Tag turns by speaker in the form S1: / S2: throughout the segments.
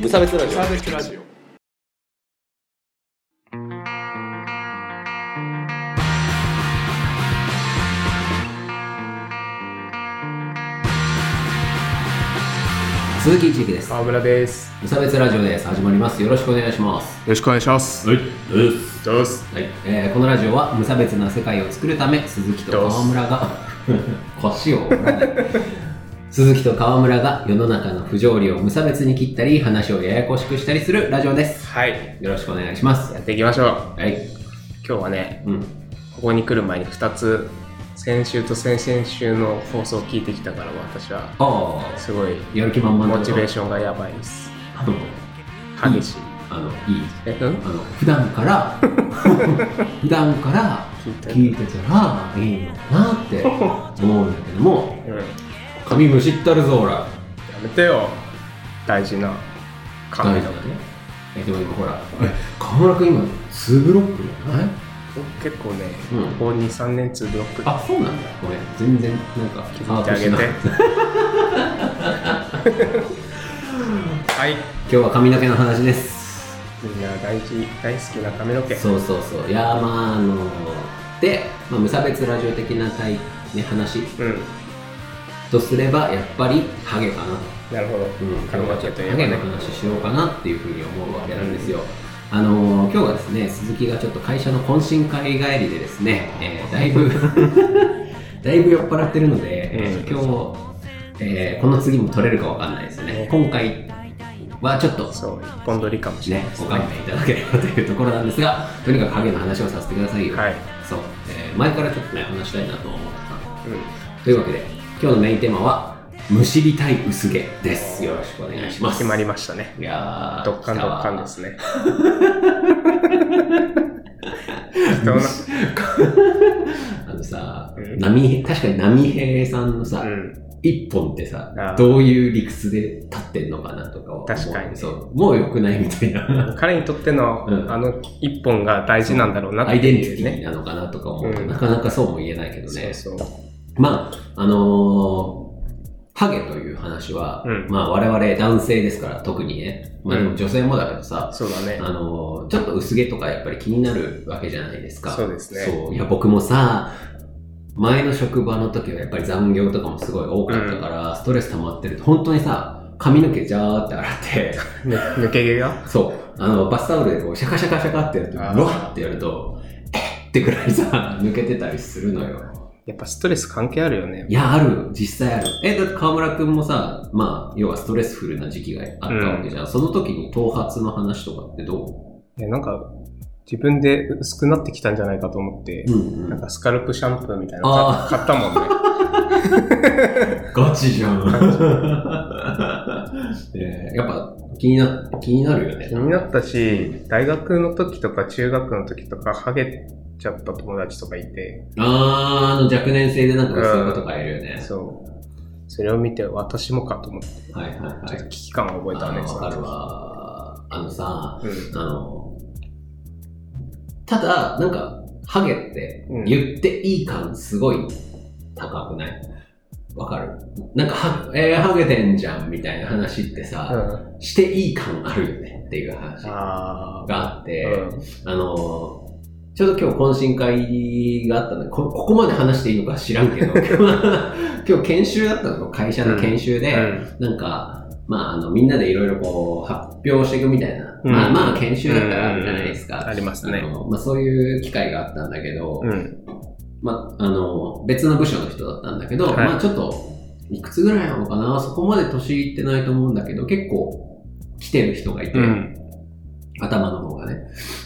S1: 無差別ラジオ
S2: サーベスラジオ
S3: 鈴木一力です
S2: 川村です
S3: 無差別ラジオです始まりますよろしくお願いします
S4: よろしくお願いします。
S1: はいです
S4: どうす。
S3: はい、えーこのラジオは無差別な世界を作るため鈴木と川村が 腰を折らない鈴木と川村が世の中の不条理を無差別に切ったり話をややこしくしたりするラジオです
S4: はい。
S3: よろしくお願いします
S4: やっていきましょう。
S3: はい
S4: 今日はね、
S3: うん
S4: ここに来る前に2つ、先週と先々週の放送を聞いてきたから、私は、
S3: ああ
S4: すごい、
S3: やる気満々
S4: モチベー
S3: ョン
S4: ションがやばいです。
S3: あの
S4: 激しい。
S3: あのいい
S4: え、うん
S3: あの普段から普段から
S4: 聞いて
S3: 聞いてたらいいのかなって思うんだけども
S4: うん。や
S3: 髪むしったるぞほら
S4: めてよ。大事な
S3: 大
S4: 紙
S3: 丈
S4: の
S3: 夫。ねえでも今ほらえ河村君今ツーブロックじゃない
S4: 僕結構ね、
S3: うん
S4: ここ2、3年2ブロックで
S3: あそうなんだこれ全然なんか
S4: 気づいてあげ
S3: ア
S4: て。
S3: ートしな
S4: はい。
S3: 今日は髪の毛の話です
S4: みんな大事、大好きな髪の毛。
S3: そうそうそういやーまああので、まあ、無差別ラジオ的な体、ね、話
S4: うん。
S3: とすればやっぱりハゲかなと
S4: なるほ
S3: うん、
S4: ど。
S3: 今
S4: 髪
S3: 日
S4: の
S3: はち
S4: 毛
S3: ょっと
S4: といえば
S3: 影の
S4: ね。
S3: 話しようかなっていうふうに思うわけなんですよ。あのー今日はですね、鈴木がちょっと会社の懇親会帰りでですね、えーだいぶ だいぶ酔っ払ってるので、えー今日、えーこの次も取れるかわかんないですよね。今回はちょっと
S4: そう、一本取りかもしれ
S3: ね
S4: ないで、す
S3: ご
S4: ね。
S3: 勘弁いただければというところなんですが、とにかく影の話をさせてくださいよ。
S4: はい。
S3: そう、えー前からちょっとね話したいなと思ってたの。
S4: う
S3: というわけで今日のメインテーマは「むしりたい薄毛」ですよろしくお願いし
S4: ん。
S3: ます
S4: 決まりましたね。
S3: いやー
S4: ドッカンドッカンですね。適 当な。
S3: あのさ、
S4: うん
S3: 波確かに波平さんのさ、
S4: うん。
S3: 一本ってさ
S4: あー
S3: どういう理屈で立ってんのかなとかは思う
S4: 確かに
S3: そうもう良くないみたいな
S4: 彼にとっての、
S3: うん
S4: あの一本が大事なんだろうなっ
S3: ア
S4: て
S3: イデン
S4: い
S3: ティ
S4: う
S3: ティ
S4: ね。
S3: なのかなとか思うと、
S4: うん
S3: なかなかそうも言えないけどね
S4: そうそう。
S3: まああのーハゲという話は、
S4: うん
S3: まあ我々男性ですから特にね、まあで
S4: う
S3: も女性もだけどさ、
S4: そうだね。
S3: あのちょっと薄毛とかやっぱり気になるわけじゃないですか。
S4: そうですね
S3: そういや、僕もさ、前の職場の時はやっぱり残業とかもすごい多かったから、ストレス溜まってると、本当にさ、髪の毛ジャーって洗 って、
S4: ぬ抜け毛が
S3: そう、あの、バスタオルでこう、シャカシャカシャカってやると、
S4: あー
S3: ブワってやると、えっってくらいさ、 抜けてたりするのよ。
S4: やっぱストレス関係あるよね
S3: い。や、ある、実際ある。え、だって川村くんもさ、まあ、要はストレスフルな時期があったわけじゃん。その時に頭髪の話とかってど
S4: ねなんか、自分で薄くなってきたんじゃないかと思って
S3: う、うん
S4: なんかスカルプシャンプーみたいな
S3: あ
S4: の買ったもんね。
S3: ガチじゃん。 えーやっぱ気にな気になるよね。
S4: 気になったし、大学の時とか中学の時とか、ハゲちゃった友達とかいて、
S3: あー、あの若年性でなんかそういうことがいるよね。
S4: そう。それを見て、私もかと思って、
S3: はいはいはい。
S4: ちょっと危機感を覚えたね、
S3: あー
S4: そ
S3: わ
S4: の
S3: か
S4: 時
S3: るわ。あのさ、
S4: うん。
S3: あの、ただ、なんか、ハゲって
S4: うん
S3: 言っていい感すごい高くないわかるなんか、はえー、ハゲてんじゃんみたいな話って
S4: う
S3: さ、
S4: ん。
S3: していい感あるよねっていう話が
S4: ああ。
S3: あって、
S4: うん。
S3: あのーちょうど今日懇親会があったのでこ、ここまで話していいのか知らん けど、今日研修だったの、会社の研修
S4: う
S3: で、
S4: ん
S3: なんか、まあ、あの、みんなでいろいろこう、発表していくみたいな、
S4: うん
S3: まあまあ、研修だったらあるじゃないですか。
S4: あります
S3: あ
S4: ね。
S3: のまあ、そういう機会があったんだけど、
S4: うん。
S3: まあ、あの、別の部署の人だったんだけど、
S4: はい
S3: まあ、ちょっと、いくつぐらいなのかな、そこまで年いってないと思うんだけど、結構、来てる人がいて、
S4: うん。
S3: 頭の方がね。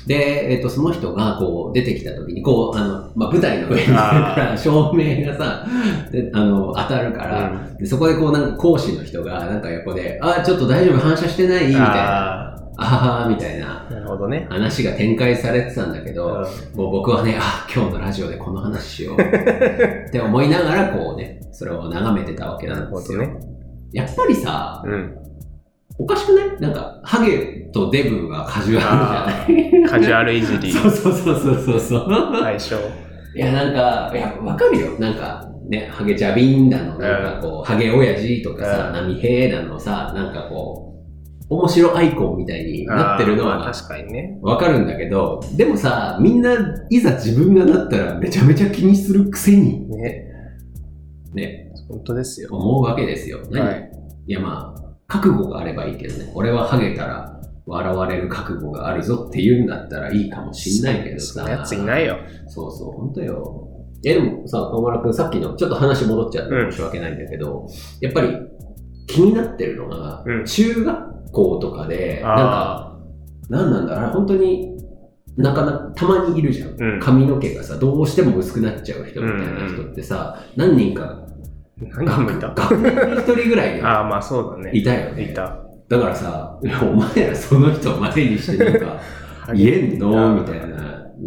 S3: で、えっと、その人がこう出てきた時に、こう、あの、まあ、舞台の上にだ
S4: あー
S3: から 照明がさ、であの、当たるから、でそこでこう、なんか講師の人が、なんか横で、あー、ちょっと大丈夫、反射してないみたいな、あ
S4: あ
S3: はは、みたいな
S4: あ。なるほどね。
S3: 話が展開されてたんだけ
S4: うん
S3: ど、もう僕はね、あー、今日のラジオでこの話しようって思いながら、こうね、それを眺めてたわけなんですよ。
S4: なるほ
S3: やっぱりさ、
S4: うん。
S3: おかしくないなんか、ハゲとデブがカジュアルじゃない
S4: カジュアルいじり、
S3: そうそうそうそうそうそう。
S4: 対象。
S3: いや、なんか、いや、わかるよ。なんか、ね、ハゲジャビンだの、なんかこう、ハゲ親父とかさ、
S4: うん
S3: ナミヘだのさ、なんかこ面白アイコンみたいになってるの
S4: あーまあ
S3: は
S4: 確かにね。
S3: わかるんだけど、でもさ、みんないざ自分がなったらめちゃめちゃ気にするくせに、
S4: ね。
S3: ね、
S4: 本当ですよ。
S3: 思うわけですよ。何、
S4: はい
S3: い、やまあ、覚悟があればいいけどね、俺はハゲたら笑われる覚悟があるぞって言うんだったらいいかもしんないけど
S4: そ
S3: さ。
S4: んなやついないよ。
S3: そうそう、本当よ。え、でもさ、河村くん、さっきの、ちょっと話戻っちゃって
S4: うん
S3: 申し訳ないんだけど、やっぱり気になってるのが、
S4: うん
S3: 中学校とかで、なんか、
S4: あ
S3: なんなんだろうあれ、本当になかなか、たまにいるじゃん。
S4: うん
S3: 髪の毛がさ、どうしても薄くなっちゃう人みたいな人ってさ、何人か、
S4: あ。何人もいた。あ
S3: 学年に一人ぐらい
S4: あー、まあそうだね。
S3: いたよね。
S4: いた。
S3: だからさ、いやお前らその人を前にしてなん か、言えんのみたいな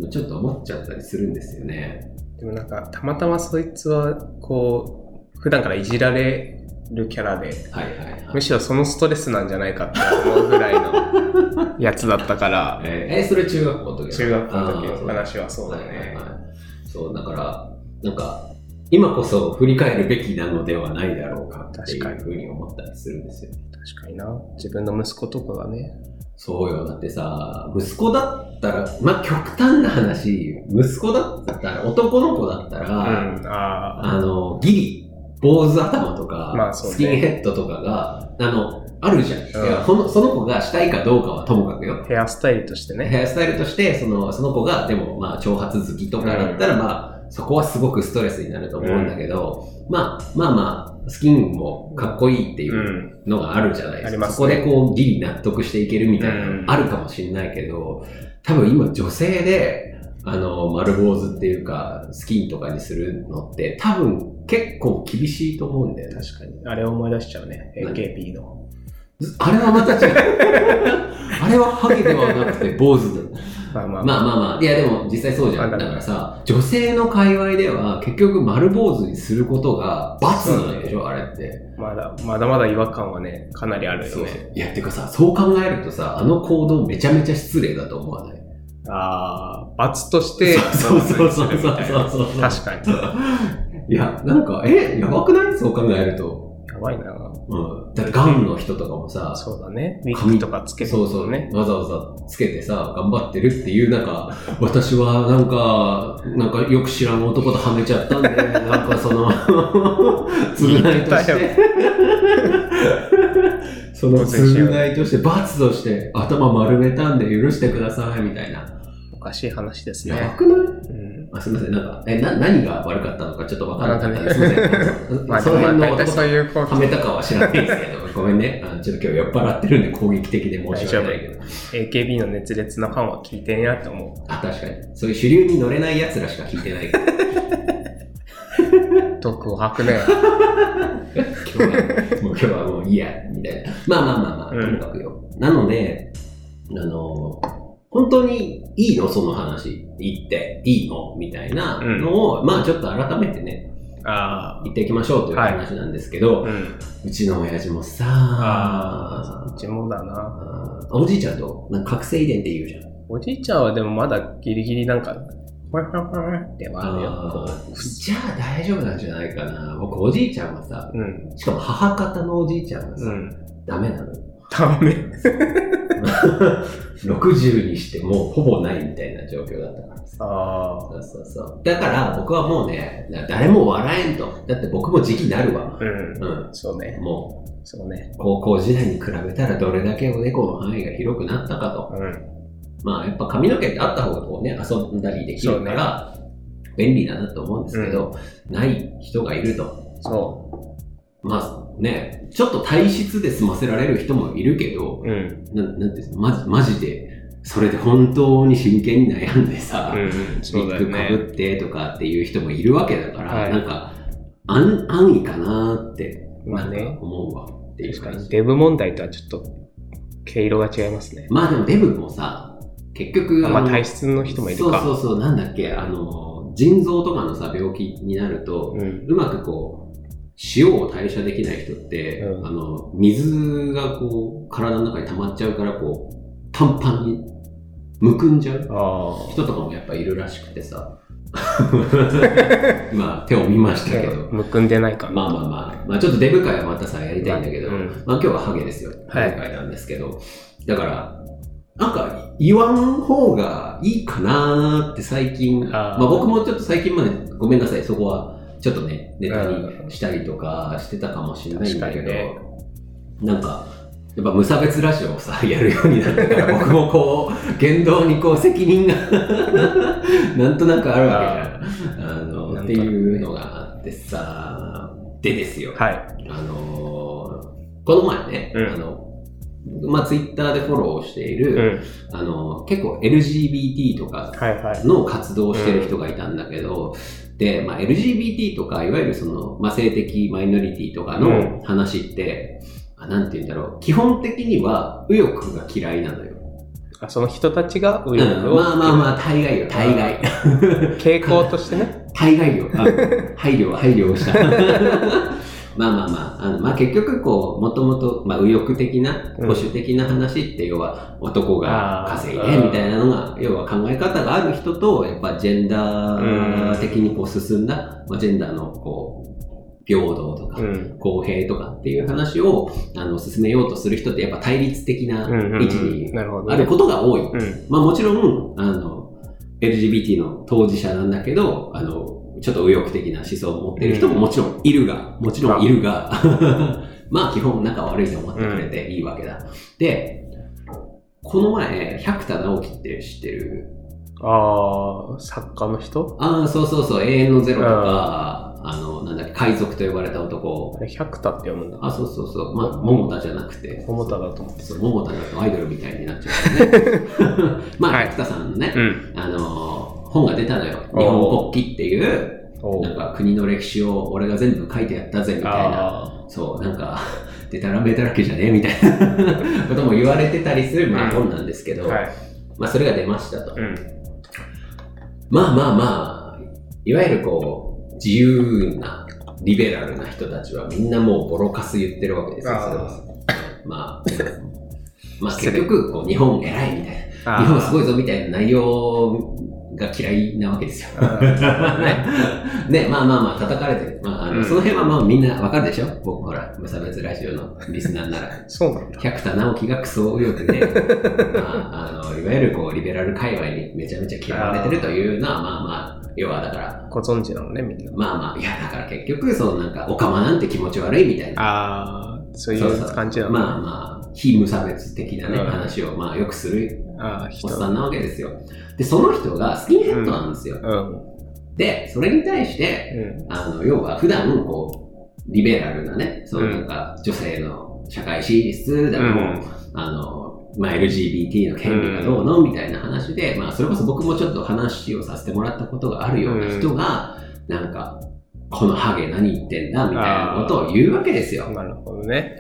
S3: のちょっと思っちゃったりするんですよね。
S4: でもなんか、たまたまそいつは、こう、普段からいじられるキャラで、
S3: はいはいはい。
S4: むしろそのストレスなんじゃないかって思うぐらいの やつだったから、
S3: えーそれ中学校の時
S4: 中学校の時
S3: あーそう
S4: の話はそうだ
S3: はいはい
S4: ね
S3: は。いそうだからなんか今こそ振り返るべきなのではないだろうかってい
S4: 確か
S3: うふう
S4: に
S3: に思ったりするんですよ
S4: 確かにな。自分の息子とかがね。
S3: そうよだってさ息子だったらまあ極端な話息子だったら男の子だった
S4: う
S3: ら、
S4: ん、ああ。
S3: あのギリ坊主頭とか、
S4: まあそうね
S3: スキンヘッドとかがあのあるじゃん、
S4: うん
S3: いやこのその子がしたいかどうかはともかくよ
S4: ヘアスタイルとしてね。。
S3: ヘアスタイルとしてそのその子がでもまあ長髪好きとかだったら、まあそこはすごくストレスになると思うんだけど、まあまあまあスキンもかっこいいっていううんのがあるじゃないですか、
S4: ありますね
S3: そこでこうギリ納得していけるみたいな
S4: うん
S3: のあるかもしれないけど多分今女性であの丸坊主っていうかスキンとかにするのって多分結構厳しいと思うんだよね
S4: 確かに。あれを思い出しちゃうね。
S3: 何
S4: AKB の。
S3: あれはまた 違うあれはハゲではなくて坊主だ
S4: まあま
S3: ま
S4: あ
S3: あまあまあ、いやでも実際そうじゃん。
S4: わか
S3: だ
S4: る
S3: からさ、女性の界隈では結局丸坊主にすることが罰なんでしょ、あれって。
S4: まだ、まだまだ違和感はね、かなりあるよね。
S3: いや、てかさ、そう考えるとさ、あの行動めちゃめちゃ失礼だと思わない
S4: ああ、罰として、
S3: そうそうそうそうそうそうそう
S4: 確かに。
S3: いや、なんか、え、やばくないそう考えると。
S4: やばいな。
S3: うん。だって、ガンの人とかもさ、
S4: そうだね。ウィッグとかつけて
S3: そうそう
S4: ね。
S3: わざわざつけてさ、頑張ってるっていう、なんか、私はなんか、なんかよく知らん男とはめちゃった んで、なんかその、償いとして、 その償いとして、罰として、頭丸めたんで許してください、みたいな。
S4: おかしい話です
S3: やば
S4: ね。
S3: くない
S4: うん。
S3: あすみません、なんか、え、な、何が悪かったのかちょっとわからなかったです。す
S4: あ
S3: み
S4: な
S3: ま
S4: たね
S3: せん。
S4: まあ、
S3: そ
S4: で
S3: の
S4: も
S3: 辺の
S4: 大体
S3: 男
S4: そういうこ
S3: はめたかは知らないですけど、ごめんね。あのちょっと今日酔っ払ってるんで攻撃的で申し訳ないけど。
S4: AKB の熱烈なファンは聞いてんやと思
S3: あ、確かに。そういう主流に乗れない奴らしか聞いてない から。
S4: う。毒を吐くね。
S3: 今日は、もう今日はもういいや、みたいな。まあまあまあまあ、
S4: うん
S3: とにかくよ。なので、あの、本当にいいのその話。言って、いいのみたいなのを、まあちょっと改めてね、
S4: あ
S3: 言っていきましょうという
S4: はい
S3: 話なんですけど、
S4: あ。うん。
S3: うちの親父もさ、
S4: うちもだな。
S3: あおじいちゃんと、なんか覚醒遺伝って言うじゃん。
S4: おじいちゃんはでもまだギリギリなんか、ほらほらほらほらってはあるよ。こ
S3: あーじゃあ大丈夫なんじゃないかな。僕、おじいちゃんはさ、
S4: ううん。
S3: しかも母方のおじいちゃんがさ、
S4: うん。
S3: ダメなの。
S4: ダメ。
S3: 60にしてもうほぼないみたいな状況だったからさ。
S4: あ
S3: そうそうそう。だから僕はもうね、誰も笑えんと。だって僕も時期なるわ。
S4: あ。うん。
S3: う
S4: そうね
S3: ん。。も
S4: そうね。
S3: う、高校時代に比べたらどれだけおでこの範囲が広くなったかと。
S4: うん。
S3: まあやっぱ髪の毛ってあった方がこうね、遊んだりできるから、便利だなと思うんですけど、ない人がいると。
S4: そ
S3: まあね、ちょっと体質で済ませられる人もいるけど、
S4: う。うん。
S3: ななんていうんですかマジマジでそれで本当に真剣に悩んでさ、
S4: うん。
S3: ビ
S4: そうだ
S3: ッ
S4: よ
S3: グか
S4: ね。
S3: ぶってとかっていう人もいるわけだから、
S4: はい
S3: なんか安安易かなーって
S4: まあね
S3: なんか思うわっていう
S4: 確か
S3: 感
S4: に。
S3: じ
S4: デブ問題とはちょっと、毛色が違いますね。
S3: まあでもデブもさ結局
S4: あまあ
S3: の
S4: 体質の人もいるか。
S3: そうそうそうなんだっけあの腎臓とかのさ病気になると、
S4: うん。
S3: うまくこう塩を代謝できない人って、
S4: うん
S3: あの水がこう体の中に溜まっちゃうからこう短パンにむくんじゃう
S4: あ
S3: 人とかもやっぱいるらしくて さまあ手を見ましたけど
S4: むくんでないか。
S3: まあまあまあ、まあ、ちょっとデブ会はまたさやりたいんだけど、
S4: う
S3: まあ、今
S4: ん
S3: 日はハゲですよ、
S4: はい
S3: ハゲ会なんですけどだからなんか言わん方がいいかなーって最近
S4: あー
S3: まあ、僕もちょっと最近までごめんなさいそこはちょっとねネタにしたりとかしてたかもしれないんだけど、
S4: 確かにね
S3: なんかやっぱ無差別ラジオをさ やるようになってから僕もこう言動にこう責任が なんとなくあるわけじゃんあの
S4: なん
S3: って
S4: となくね
S3: いうのがあってさでですよ、
S4: はい。
S3: あのーこの前ね、
S4: うん
S3: あのまあ、ツイッターでフォローしていうる、
S4: ん。
S3: あの結構 LGBT とか
S4: はいはい。
S3: の活動をしてる人がいたんだけど、で、まあ、LGBT とかいわゆるその、まあ、性的マイノリティとかの話って、あなんて言うんだろう基本的には右翼が嫌いなのよ、
S4: あその人たちが
S3: う
S4: 右翼
S3: ん、
S4: を、
S3: まあまあまあ大概よ大概
S4: 傾向としてね。
S3: 大概 よ。あ配慮、配慮をした。 まあまあまあ、あのまあ結局こう、もともと、まあ右翼的な、
S4: うん
S3: 保守的な話って、要は男が稼い
S4: あ
S3: で、
S4: ー
S3: みたいなのが、要は考え方がある人と、やっぱジェンダー的にこう進んだ、まあジェンダーのこう、平等とか
S4: う、ん。
S3: 公平とかっていう話を、あの、進めようとする人って、やっぱ対立的な
S4: うんうんうん
S3: 位置に
S4: なるほど、ね。
S3: あることが多い。
S4: うん。
S3: まあもちろん、あの、LGBT の当事者なんだけど、あの、ちょっと右翼的な思想を持ってる人ももちろんいるが、もちろんいる が、まあ基本仲悪いと思ってくれていいわけだ。で、この前、百田直樹って知ってる
S4: ああ、作家の人
S3: ああ、そうそうそう、永遠のゼロとか、あの、なんだっけ、海賊と呼ばれた男
S4: あ。れ、百田って読むんだ。
S3: あ、そうそうそう、まあ、桃田じゃなくて。
S4: 桃田だと思って
S3: そう、桃田だとアイドルみたいになっちゃうから ね。まあ、
S4: はい
S3: 百田さんのね、
S4: うん。
S3: あのー本が出たのよ。日本国旗っていう、
S4: お
S3: なんか国の歴史を俺が全部書いてやったぜみたいな。
S4: あ
S3: そう、なんか、 でたらめだらけじゃねえみたいな ことも言われてたりする、まあ、
S4: うん
S3: 本なんですけ
S4: あ。
S3: ど、
S4: はい。
S3: まあ、それが出ましたと。
S4: うん。
S3: まあまあまあ、いわゆるこう、自由な、リベラルな人たちはみんなもうボロカス言ってるわけですよ、それは
S4: あ
S3: まあ、 まあ
S4: 失
S3: 結
S4: 礼
S3: 局、こう日本偉いみたいな、日本す
S4: い。
S3: ごいぞみたいな内容が嫌いなわけですよ。
S4: あーね
S3: ね、まあまあまあ、叩かれてる。まあ、あの、
S4: うん
S3: その辺はまあみんなわかるでしょ僕ほら、無差別ラジオのリスナーなら。
S4: そうなんだ。
S3: 百田直樹がクソ右翼 で、まあ、あの、いわゆるこう、リベラル界隈にめちゃめちゃ嫌われてるというのは、まあまあ、要はだから、
S4: ご存知なのね、みんな。
S3: まあまあ、いや、だから結局、そのなんか、おかまなんて気持ち悪いみたいな。
S4: ああ、そうい
S3: そう
S4: う
S3: そう
S4: 感じなの。
S3: まあまあ、非無差別的なね、
S4: うん
S3: 話を、まあ、よくする
S4: ああ、
S3: お
S4: 人。
S3: っさんなわけですよ。で、その人がスキンヘッドなんですよ。
S4: うん。
S3: で、それに対して、
S4: うん。
S3: あの、要は普段、こう、リベラルなね、そうの
S4: ん
S3: なんか、女性の社会進出だの、
S4: うん
S3: あの、まあ、LGBT の権利がどうの、みたいな話で、まあ、それこそ僕もちょっと話をさせてもらったことがあるような人が、なんか、このハゲ何言ってんだみたいなことを言うわけですよ。
S4: なるほどね。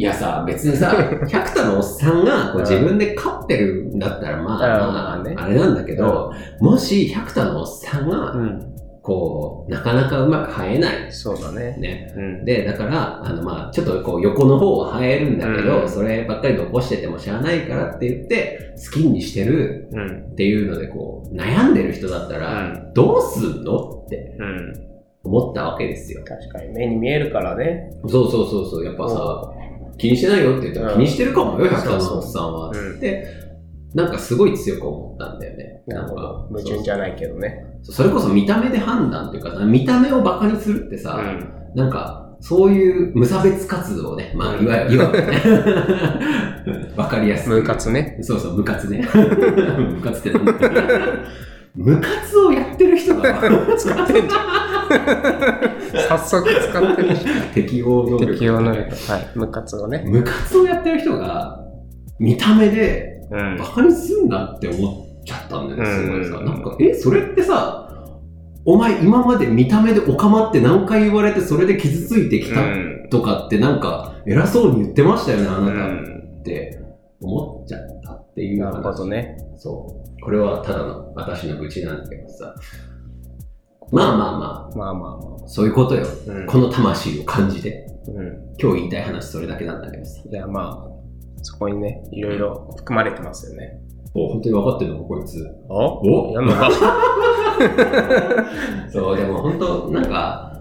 S3: いやさ、別に さ、百田のおっさんがこう
S4: うん
S3: 自分で飼ってるんだったら、まあ、
S4: うん
S3: まあ
S4: まあね
S3: あれなんだけど、もし百田のおっさんが、
S4: ん。
S3: こう、なかなかうまく生えない、
S4: そうだね。
S3: ね、
S4: うん。
S3: で、だから、あの、まあ、ちょっとこう横の方は生えるんだけど、
S4: うん
S3: そればっかり残しててもしゃあないからって言って、スキンにしてる
S4: うん。
S3: っていうので、こう、悩んでる人だった
S4: う
S3: ら、
S4: ん。
S3: どうすんのって
S4: うん。
S3: 思ったわけですよ。
S4: 確かに目に見えるからね。
S3: そうそうそうそう、やっぱさ、気にしてないよって言ったら、
S4: うん
S3: 気にしてるかもよ、百田
S4: そ
S3: のお
S4: うそう
S3: っさんは。
S4: うん。
S3: なんかすごい強く思ったんだよね。
S4: なるほど。
S3: な
S4: 矛
S3: んか
S4: 盾じゃないけどね。
S3: そうそれこそ見た目で判断っていうかさ、見た目をバカにするってさ、
S4: うん。
S3: なんか、そういう無差別活動をね、まあ、いわゆる、いわゆる ねわかりやす
S4: ム
S3: く。
S4: カツね。
S3: そうそう、無活ね。 無活ってなんだ無活をやってる人が
S4: 使ってんじゃん。早速使ってる 人。
S3: 適応能力。
S4: 適応能力。はい。ムカツをね。
S3: 無活をやってる人が、見た目で、
S4: うん
S3: バ。カにすんなって思っちゃったんだよね、すごいさ。
S4: うん
S3: なんか、え、それってさ、お前今まで見た目でオカマって何回言われてそれで傷ついてき
S4: う
S3: た
S4: ん。
S3: とかってなんか偉そうに言ってましたよね、あ
S4: う
S3: なた。
S4: ん。
S3: って思っちゃったっていう
S4: な
S3: 話
S4: るほどね。
S3: そうこれはただの私の愚痴なんだけどさまあまあま
S4: まあまあまあ。
S3: あそういうことよ
S4: うん。
S3: この魂を感じて
S4: う
S3: 今日言いたい話それだけなんだけどさ
S4: ん。いや、まあ、そこにね、いろいろ含まれてますよね。
S3: お本当に分かってるのか、こいつ。
S4: あおやんのか。
S3: そう、でも本当、なんか、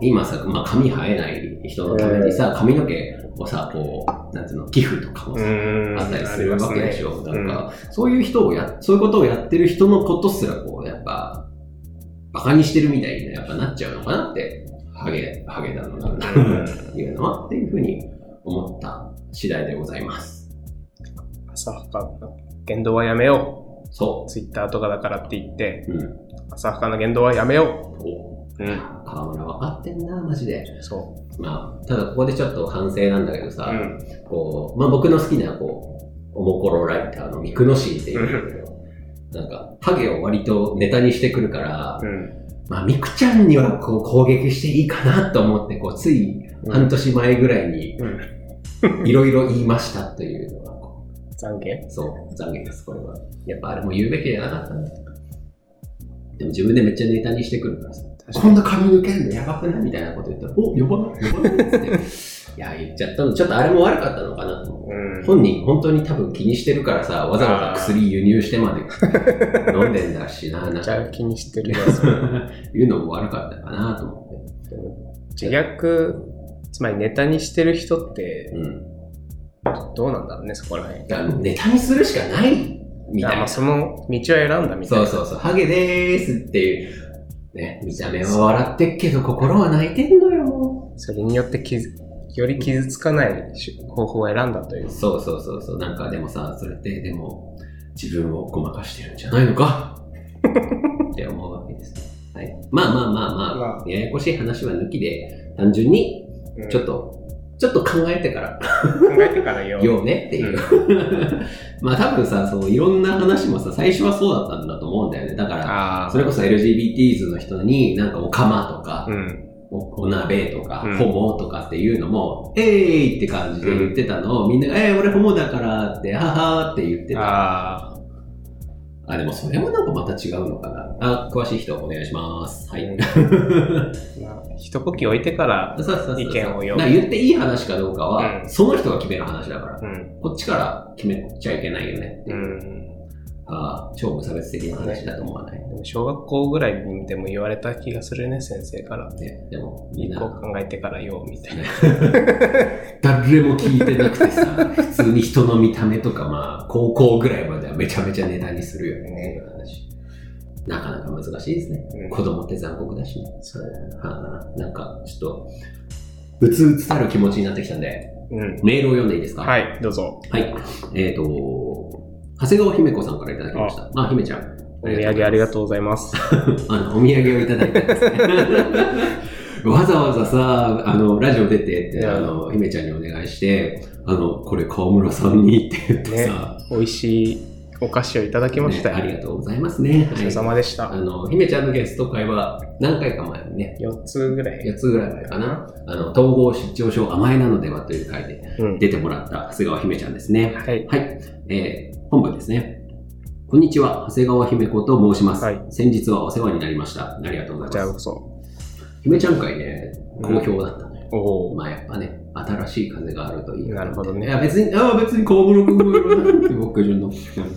S3: 今さ、まあ、髪生えない人のためにさ、髪の毛をさ、こう、なんていうの、寄付とかも
S4: う
S3: さ、
S4: ーん。
S3: あったりす
S4: あ
S3: る
S4: ます
S3: わけでし
S4: ね。
S3: ょ。なんか、そういう人をや、そういうことをやってる人のことすら、こう、やっぱ、バカにしてるみたいにやっぱなっちゃうのかなって、ハゲ、ハゲだのなんだ
S4: う
S3: の
S4: ん
S3: っていうのは、っていうふうに思った次第でございます。
S4: 浅はかな言動はやめよ。
S3: そう
S4: ツイッターとかだからって言って、
S3: う。うん。
S4: 浅はかな言動はやめよ
S3: お
S4: う。うん。
S3: 河村分かってんな、マジで。
S4: そ
S3: まあ、ただここでちょっと反省なんだけど
S4: う。
S3: さ、
S4: うん。
S3: こう、まあ僕の好きな、こう、おもころライターのミクノシーっていうんだけ ど、なんか、ハゲを割とネタにしてくるから、
S4: うん。
S3: まあミクちゃんにはこう攻撃していいかなと思って、こう、つい半年前ぐらいに
S4: うん。
S3: いろいろ言いましたというのが、こ
S4: 懺
S3: う
S4: 悔
S3: そう、残念です、これは。やっぱあれも言うべきじゃなかったね。でも自分でめっちゃネタにしてくるからさ、こんな髪抜けるのやばくないみたいなこと言ったら、お、やばい、やばいっつって。いや、言っちゃったの、ちょっとあれも悪かったのかなと思う。
S4: うん。
S3: 本人本当に多分気にしてるからさわざわざ薬輸入して まで飲んでんだしなな
S4: め
S3: ん
S4: っち
S3: か
S4: ゃ気にしてるやつ。
S3: いうのも悪かったかなと思っ
S4: 自虐、つまりネタにしてる人って
S3: て、うん、
S4: どうなんだろうね、そこら辺。
S3: だからもうネタにするしかないみた
S4: あ
S3: い
S4: まあ
S3: な
S4: その道を選んだみたい
S3: そう
S4: な。
S3: そうそうハゲでーすっていうね見た目は笑ってっけど心は泣いてんのよ
S4: それによって傷より傷つかないし方法を選んだという。
S3: そうそうそうそうなんかでもさそれってでも自分をごまかしてるんじゃないの かって思うわけです、はい、まあまあまあまあ、
S4: ま
S3: ややこしい話は抜きで単純にちょっ
S4: と
S3: と、ちょっと考えてから
S4: 考えてから言おう。
S3: 言おうねっていう。 まあ多分さ、そういろんな話もさ、最初はそうだったんだと思うんだよね。だから、
S4: ああ。
S3: それこそ LGBTs の人に、なんかおかまとか、
S4: うん。
S3: おお鍋とか
S4: うん、
S3: ホモとかっていうのも、えーいって感じで言ってたのを、みんなが、えー、俺ホモだからって、ははーって言ってた。あ
S4: ああ。
S3: でもそれもなんかまた違うのかな。あ、詳しい人お願いします。はい。
S4: まあ一呼吸置いてから、
S3: そうそうそうそう
S4: 意見を言おう
S3: だから言っていい話かどうかは、
S4: うん
S3: その人が決める話だから。
S4: うん。
S3: こっちから決めちゃいけないよねって
S4: う
S3: いう、
S4: ん。
S3: ああ超無差別的な話だと思わない、
S4: でも小学校ぐらいにでも言われた気がするね、先生から。
S3: ね、でもみん
S4: こう
S3: な
S4: 考えてから言おうみたいな。
S3: 誰も聞いてなくてさ普通に人の見た目とかまあ高校ぐらいまではめちゃめちゃネタにするよねっていう話なかなか難しいですね
S4: うん
S3: 子供って残酷だしね、
S4: そう
S3: はあ、なんかちょっとうつうつたる気持ちになってきたんで
S4: うん。
S3: メールを読んでいいですか
S4: はい、どうぞ。
S3: はいえっ、と長谷川姫子さんからいただきましたまあ姫ちゃん
S4: お土産ありがとうございます。
S3: あの、お土産をいただいたんですね。 わざわざさ、あの、ラジオ出てって、あの、姫ちゃんにお願いして、あの、これ川村さんにって言ってさ、
S4: 美味しいお菓子をいただきました
S3: ねあり
S4: よ。
S3: がとうございますね。
S4: お
S3: は
S4: 疲れ
S3: い。
S4: 様でし
S3: あ
S4: た。
S3: の、姫ちゃんのゲスト会は何回か前にね、
S4: 4つぐらい。
S3: 4つぐらい前かな、あの、統合失調症甘えなのではという回で
S4: うん。
S3: 出てもらった長谷川姫ちゃんですね。
S4: はい。
S3: はい、えー本文ですね。こんにちは、長谷川姫子と申します。
S4: はい
S3: 先日はお世話になりました。ありがとうご
S4: じ
S3: ざい
S4: ゃあ
S3: ま
S4: こ
S3: す。
S4: そ。
S3: 姫ちゃん会ね、
S4: うん
S3: 好評だったね。
S4: おお。
S3: まあやっぱね、新しい風があるといい
S4: なるほどね
S3: いや別に、ああ、別に小室君もいるなって僕 順の。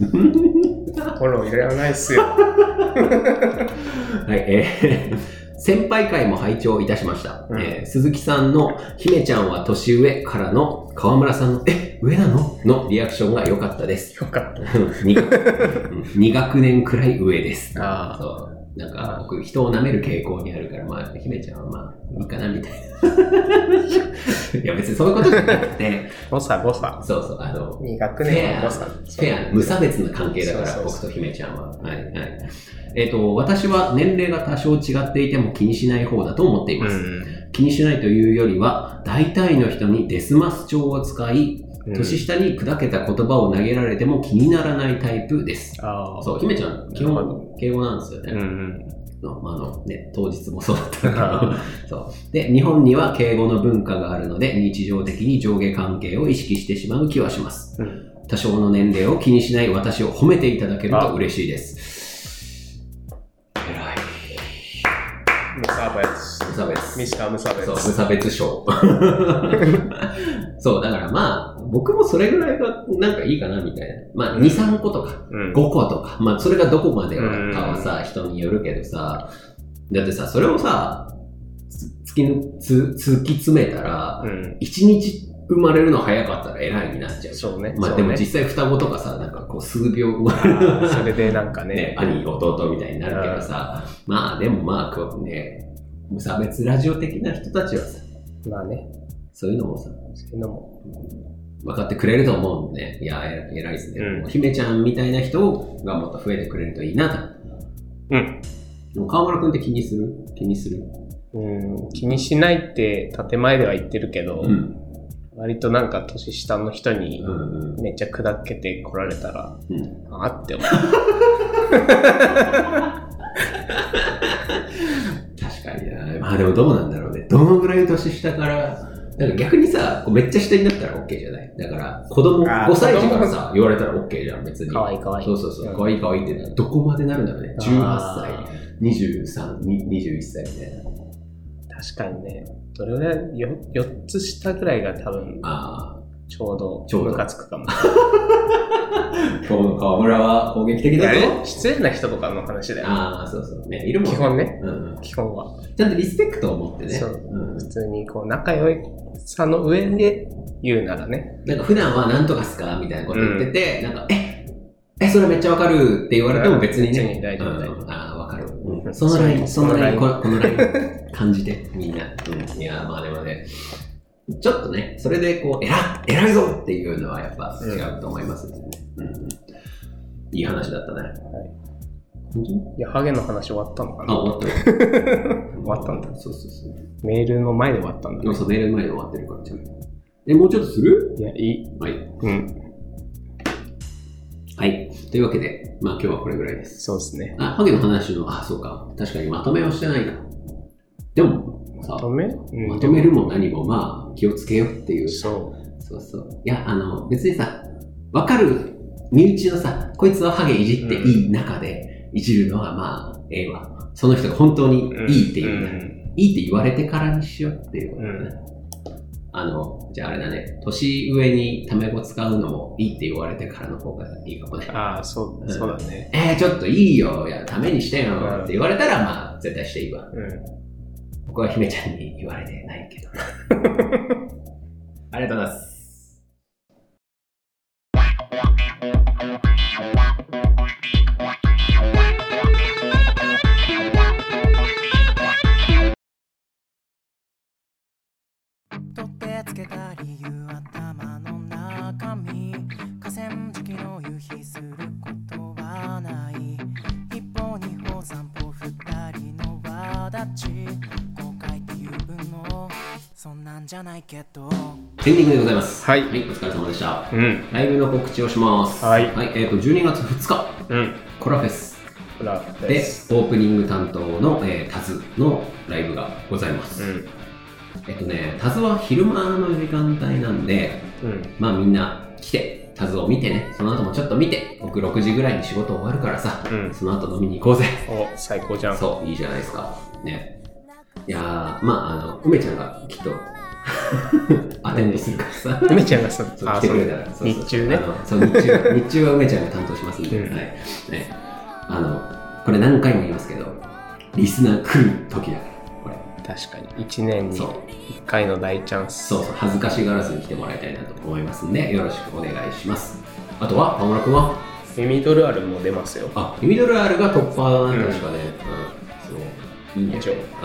S4: フォロー入れられないっすよ。
S3: はい、えー先輩会も拝聴いたしました、
S4: うん
S3: えー鈴木さんの「姫ちゃんは年上」からの川村さんの「え上なの?」のリアクションが良かったです
S4: よかっ
S3: 2, 学年くらい上です。
S4: あー
S3: そうなんか僕、人を舐める傾向にあるから、まあ、姫ちゃんはまあ、いいかなみたいな。 いや、別にそういうことじゃなくて、
S4: た。誤差誤差。
S3: そうそう、あの、
S4: 2学年の誤差。
S3: フェア、無差別な関係だから、
S4: そうそうそう
S3: 僕と姫ちゃんは。はいはいえっと私は年齢が多少違っていても気にしない方だと思っています。
S4: うん。
S3: 気にしないというよりは、大体の人にデスマス調を使い、年下に砕けた言葉を投げられても気にならないタイプです。
S4: ああ。
S3: そう、姫ちゃん、基
S4: なるほ
S3: 本、敬語なんですよ
S4: うんう
S3: ね。
S4: ん。
S3: のまああのね、当日もそうだったけ どそう。で、日本には敬語の文化があるので、日常的に上下関係を意識してしまう気はします。
S4: うん
S3: 多少の年齢を気にしない私を褒めていただけると嬉しいです。偉い。
S4: 無差別。ス。
S3: 無差別。
S4: ミスター無差別。
S3: そう、無差別賞。 そう、だからまあ、僕もそれぐらいがなんかいいかなみたいな。まあ、2、3個とか、
S4: うん。
S3: 5個とか。まあ、それがどこまでかはさ、人によるけどさ、だってさ、それをさ、つ突きぬ、つ、突き詰めたら、
S4: うん。
S3: 1日生まれるの早かったら偉いになっちゃう。
S4: そうね。
S3: まあ、でも
S4: そうね
S3: 実際双子とかさ、なんかこう数秒生まれ
S4: あーそれでなんか
S3: ね
S4: ね、、
S3: 兄、弟みたいになるけどさ、まあでもまあ、こうね、無差別ラジオ的な人たちはさ、
S4: まあね、
S3: そういうのもさ、
S4: そういうのも。
S3: 分かってくれると思うんでね、いや、え偉いですね。
S4: うん
S3: もう姫ちゃんみたいな人がもっと増えてくれるといいなと。
S4: うん。
S3: でも川村くんって気にする気にする
S4: うん、気にしないって建前では言ってるけど、
S3: ん。
S4: 割となんか年下の人
S3: う
S4: に
S3: んうん。
S4: めっちゃ砕けて来られたら、
S3: うん、
S4: あーって思
S3: 確かにな。まあでもどうなんだろうね。どのぐらい年下から、なんか逆にさ、こうめっちゃ下になったら OK じゃないだから、子供
S4: あー
S3: 5歳児からさ、言われたら OK じゃん、別
S4: う。
S3: に。
S4: かわいいかわいい。
S3: そうそうそう、
S4: ん
S3: 可愛い可愛いってな、どこまでなるんだろうね。18歳、
S4: あ
S3: 23、に21歳みたいな。
S4: ー確かにね、どれぐらい、よ4つ下ぐらいが多分、
S3: あ
S4: ちょうど、
S3: ちょうど
S4: ムカつくかも。
S3: あ、今日の川村は攻撃的
S4: い
S3: だ
S4: やあ
S3: ぞ
S4: れ。失礼な人とかの話だよ。
S3: ああ、そうそう。ね、いるもん
S4: 基本ね、
S3: うんうん。
S4: 基本は。
S3: ちゃんとリスペクトを持ってね。
S4: そう
S3: うん
S4: 普通にこう、仲良いさの上で言うならね。
S3: なんか普段はなんとかっすかみたいなこと言ってて、なんか、ええ、それめっちゃわかるって言われても別にね。
S4: 別に大丈夫
S3: うん
S4: 大丈
S3: ああ、わかる。
S4: うん
S3: そのライン、そ
S4: そ
S3: の
S4: の
S3: ライン、
S4: そ
S3: こ
S4: の
S3: このライン、感じて、みんな。うん、いや、まあでもね、ちょっとね、それでこう、偉っ偉いぞっていうのはやっぱ違うと思いますね。うんうんいい話だったね。本当に
S4: いや、ハゲの話終わったのか
S3: あ、
S4: な
S3: 終わった よ。終
S4: わったんだ。
S3: そうそうそう。
S4: メールの前で終わったんだ
S3: 今
S4: ね。
S3: さ、メール前で終わってるから、ちゃんと。え、もうちょっとする
S4: いや、いい。
S3: はい。
S4: うん。
S3: はい。というわけで、まあ今日はこれぐらいです。
S4: そうですね。
S3: あ、ハゲの話の、あ、そうか。確かにまとめをしてないな。でも、さ
S4: ま、とめうん
S3: まとめるも何も、まあ、気をつけようっていう。
S4: そ
S3: そうそう。いや、あの、別にさ、わかる、身内のさ、こいつはハゲいじっていい中で、いじるのはまあ、ええわ。その人が本当に
S4: う。ん
S3: いいっていうね、
S4: ん
S3: いいって言われてからにしようっていうことだね。あの、じゃああれだね、年上にタメ語使うのもいいって言われてからの方がいいかもね。
S4: ああ、そうう、
S3: ん
S4: そうだね。
S3: えー、ちょっといいよ、いや、ためにしてよって言われたら、まあ、絶対していいわ。
S4: うん。
S3: 僕は姫ちゃんに言われてないけど。ありがとうございます。
S1: 取ってつけた理由頭の中身河川敷の夕日することはない一歩二歩三歩二人の輪立ち後悔っていう分のそんなんじゃないけど
S3: エンディングでございます。
S4: はい
S3: お疲れ様でした。
S4: うん。
S3: ライブの告知をします。
S4: はい
S3: えっ、と、12月2日、
S4: うん。
S3: コラフェス
S4: ほら、で
S3: で、
S4: す。
S3: オープニング担当の、えータズのライブがございます。
S4: うん。
S3: えっとね、タズは昼間の時間帯なんで、
S4: うん。
S3: まあみんな来て、タズを見てね、その後もちょっと見て、僕6時ぐらいに仕事終わるからさ、
S4: うん。
S3: その後飲みに行こうぜ。
S4: お、最高じゃん。
S3: そう、いいじゃないですか。ね。いやー、まあ、あの、梅ちゃんが きっと、アテンドするからさ。
S4: 梅ちゃんがそう
S3: そう
S4: あ
S3: 来
S4: あ、
S3: て
S4: そ
S3: くれ
S4: う
S3: たら
S4: だ。
S3: そうそう
S4: 日中ね
S3: あのそう日中 日中は梅ちゃんが担当しますんで、
S4: うん
S3: はいね、あのこれ何回も言いますけどリスナー来る時だからこれ
S4: 確かに。一年に
S3: そう
S4: 一回の大チャンス。
S3: そうそう恥ずかしがらずに来てもらいたいなと思いますんでよろしくお願いしますあとは川村君は
S4: ミミドルアルも出ますよ。
S3: あミドル R が突破なん
S4: うん
S3: ですかね、うんそういいね
S4: 一応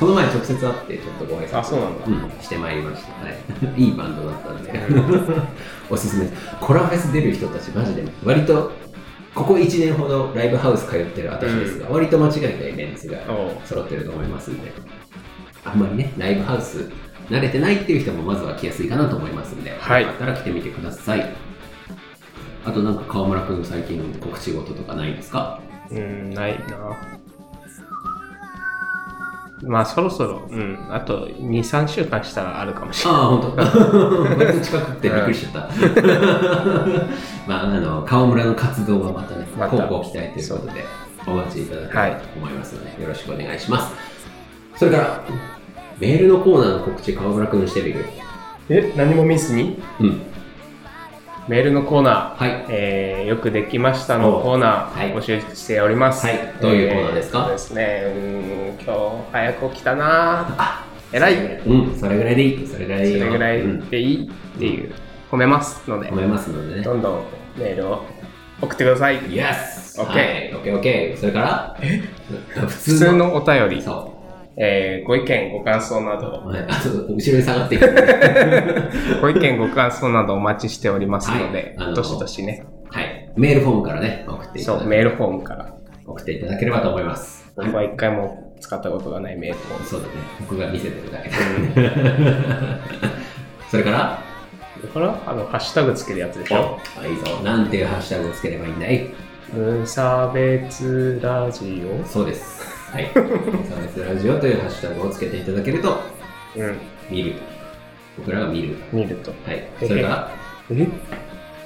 S3: この前直接会ってちょっとご挨拶
S4: あ、そうなんだ。
S3: うん、してまいりました、はい、いいバンドだったんでおすすめですコラフェス出る人たちマジで割とここ1年ほどライブハウス通ってる私ですが、割と間違えないメンツが
S4: おう
S3: 揃ってると思いますんであんまりねライブハウス慣れてないっていう人もまずは来やすいかなと思いますんで、
S4: はい
S3: よかったら来てみてくださいあとなんか川村君最近告知事とかないですか
S4: うん、ないな。まあそろそろ、うん、あと2、3週間したらあるかもしれない。
S3: ああ、本 当。割と近くってびっくりしちゃった。 まあ、あの、川村の活動はまたね、
S4: また
S3: 高校期待ということで、お待ちいただければと思いますので、よろしくお願いします。それから、メールのコーナーの告知、川村くんしてるよ。
S4: え、何も見ずに
S3: うん。
S4: メールのコーナー、
S3: はい。
S4: えーよくできましたのコーナー、
S3: おは
S4: 募集しております。
S3: はいどういうコーナーですか
S4: えそうですね、うーん、今日早く起きたな
S3: あ
S4: ー偉いね。
S3: うん、それぐらいでいい。それぐら
S4: そ
S3: いでいいよ
S4: れぐら
S3: う
S4: い
S3: ん
S4: でいいっていう、褒めますので、
S3: 思いますのでね。
S4: どんどんメールを送ってください。
S3: イエス
S4: OK
S3: はいオッケーオッケー。それから、え普
S4: 普
S3: 通
S4: 通
S3: の。
S4: のお便り、
S3: そ
S4: えーご意見、ご感想な
S3: う。
S4: ど、
S3: はいあそう後ろに下がっていく、 ね。
S4: ご意見、ご感想などお待ちしておりますの
S3: はい
S4: で、
S3: あの
S4: どしどしね、
S3: はい。メールフォームからね、送っていた
S4: そう、
S3: だ
S4: メールフォームから、
S3: 送っていただければと思います。
S4: 僕は一回も使ったことがないメールフォーム。
S3: そうだね。僕が見せてる だけだ。それから、
S4: だから、あの、ハッシュタグつけるやつでしょ。
S3: あ、いいぞ。なんていうハッシュタグをつければいいんだい
S4: 無差別ラジ
S3: そうです。はい。サメスラジオというハッシュタグをつけていただけると、
S4: オうん。
S3: 見る。僕らが見る。
S4: 見ると。
S3: はい。それから、
S4: え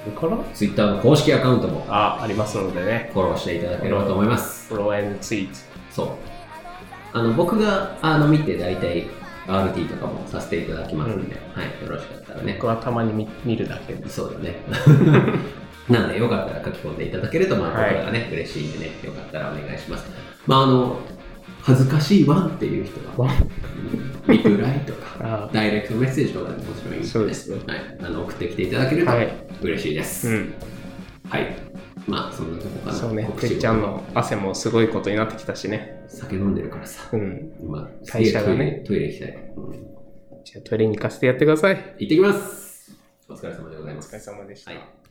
S4: だから
S3: ツイッターの公式アカウントも
S4: あ、ありますのでね。
S3: フォローしていただければと思います。
S4: フォローツイート。
S3: そう。あの、僕が、あの、見て大体、RT とかもさせていただきますんで、はい。よろしかったらね
S4: 僕。はたまに見見るだけです。
S3: そうだね。 なので、よかったら書き込んでいただけると、まあ、
S4: はい
S3: 僕らがね、嬉しいんでね、よかったらお願いします。まあ、あの、恥ずかしいわっていう人は、
S4: わ
S3: うんリプライとか、
S4: あ
S3: ダイレクトメッセージとかでもちろんいいん
S4: そうですね
S3: はい。あの、送ってきていただけると
S4: はい
S3: 嬉しいです。
S4: うん。
S3: はい。まあ、そんなとこかな。
S4: そうね。
S3: 告知
S4: てっちゃんの汗もすごいことになってきたしね。
S3: 酒飲んでるからさ。
S4: うん。
S3: 今、すげ
S4: 代
S3: え
S4: 謝
S3: ト
S4: が
S3: イレ、
S4: ね
S3: トイレ行きたい。うん行
S4: じゃあトイレに行かせてやってください。
S3: ってきますお疲れ様でございま
S4: お疲れ
S3: す。
S4: 様でした。
S3: はい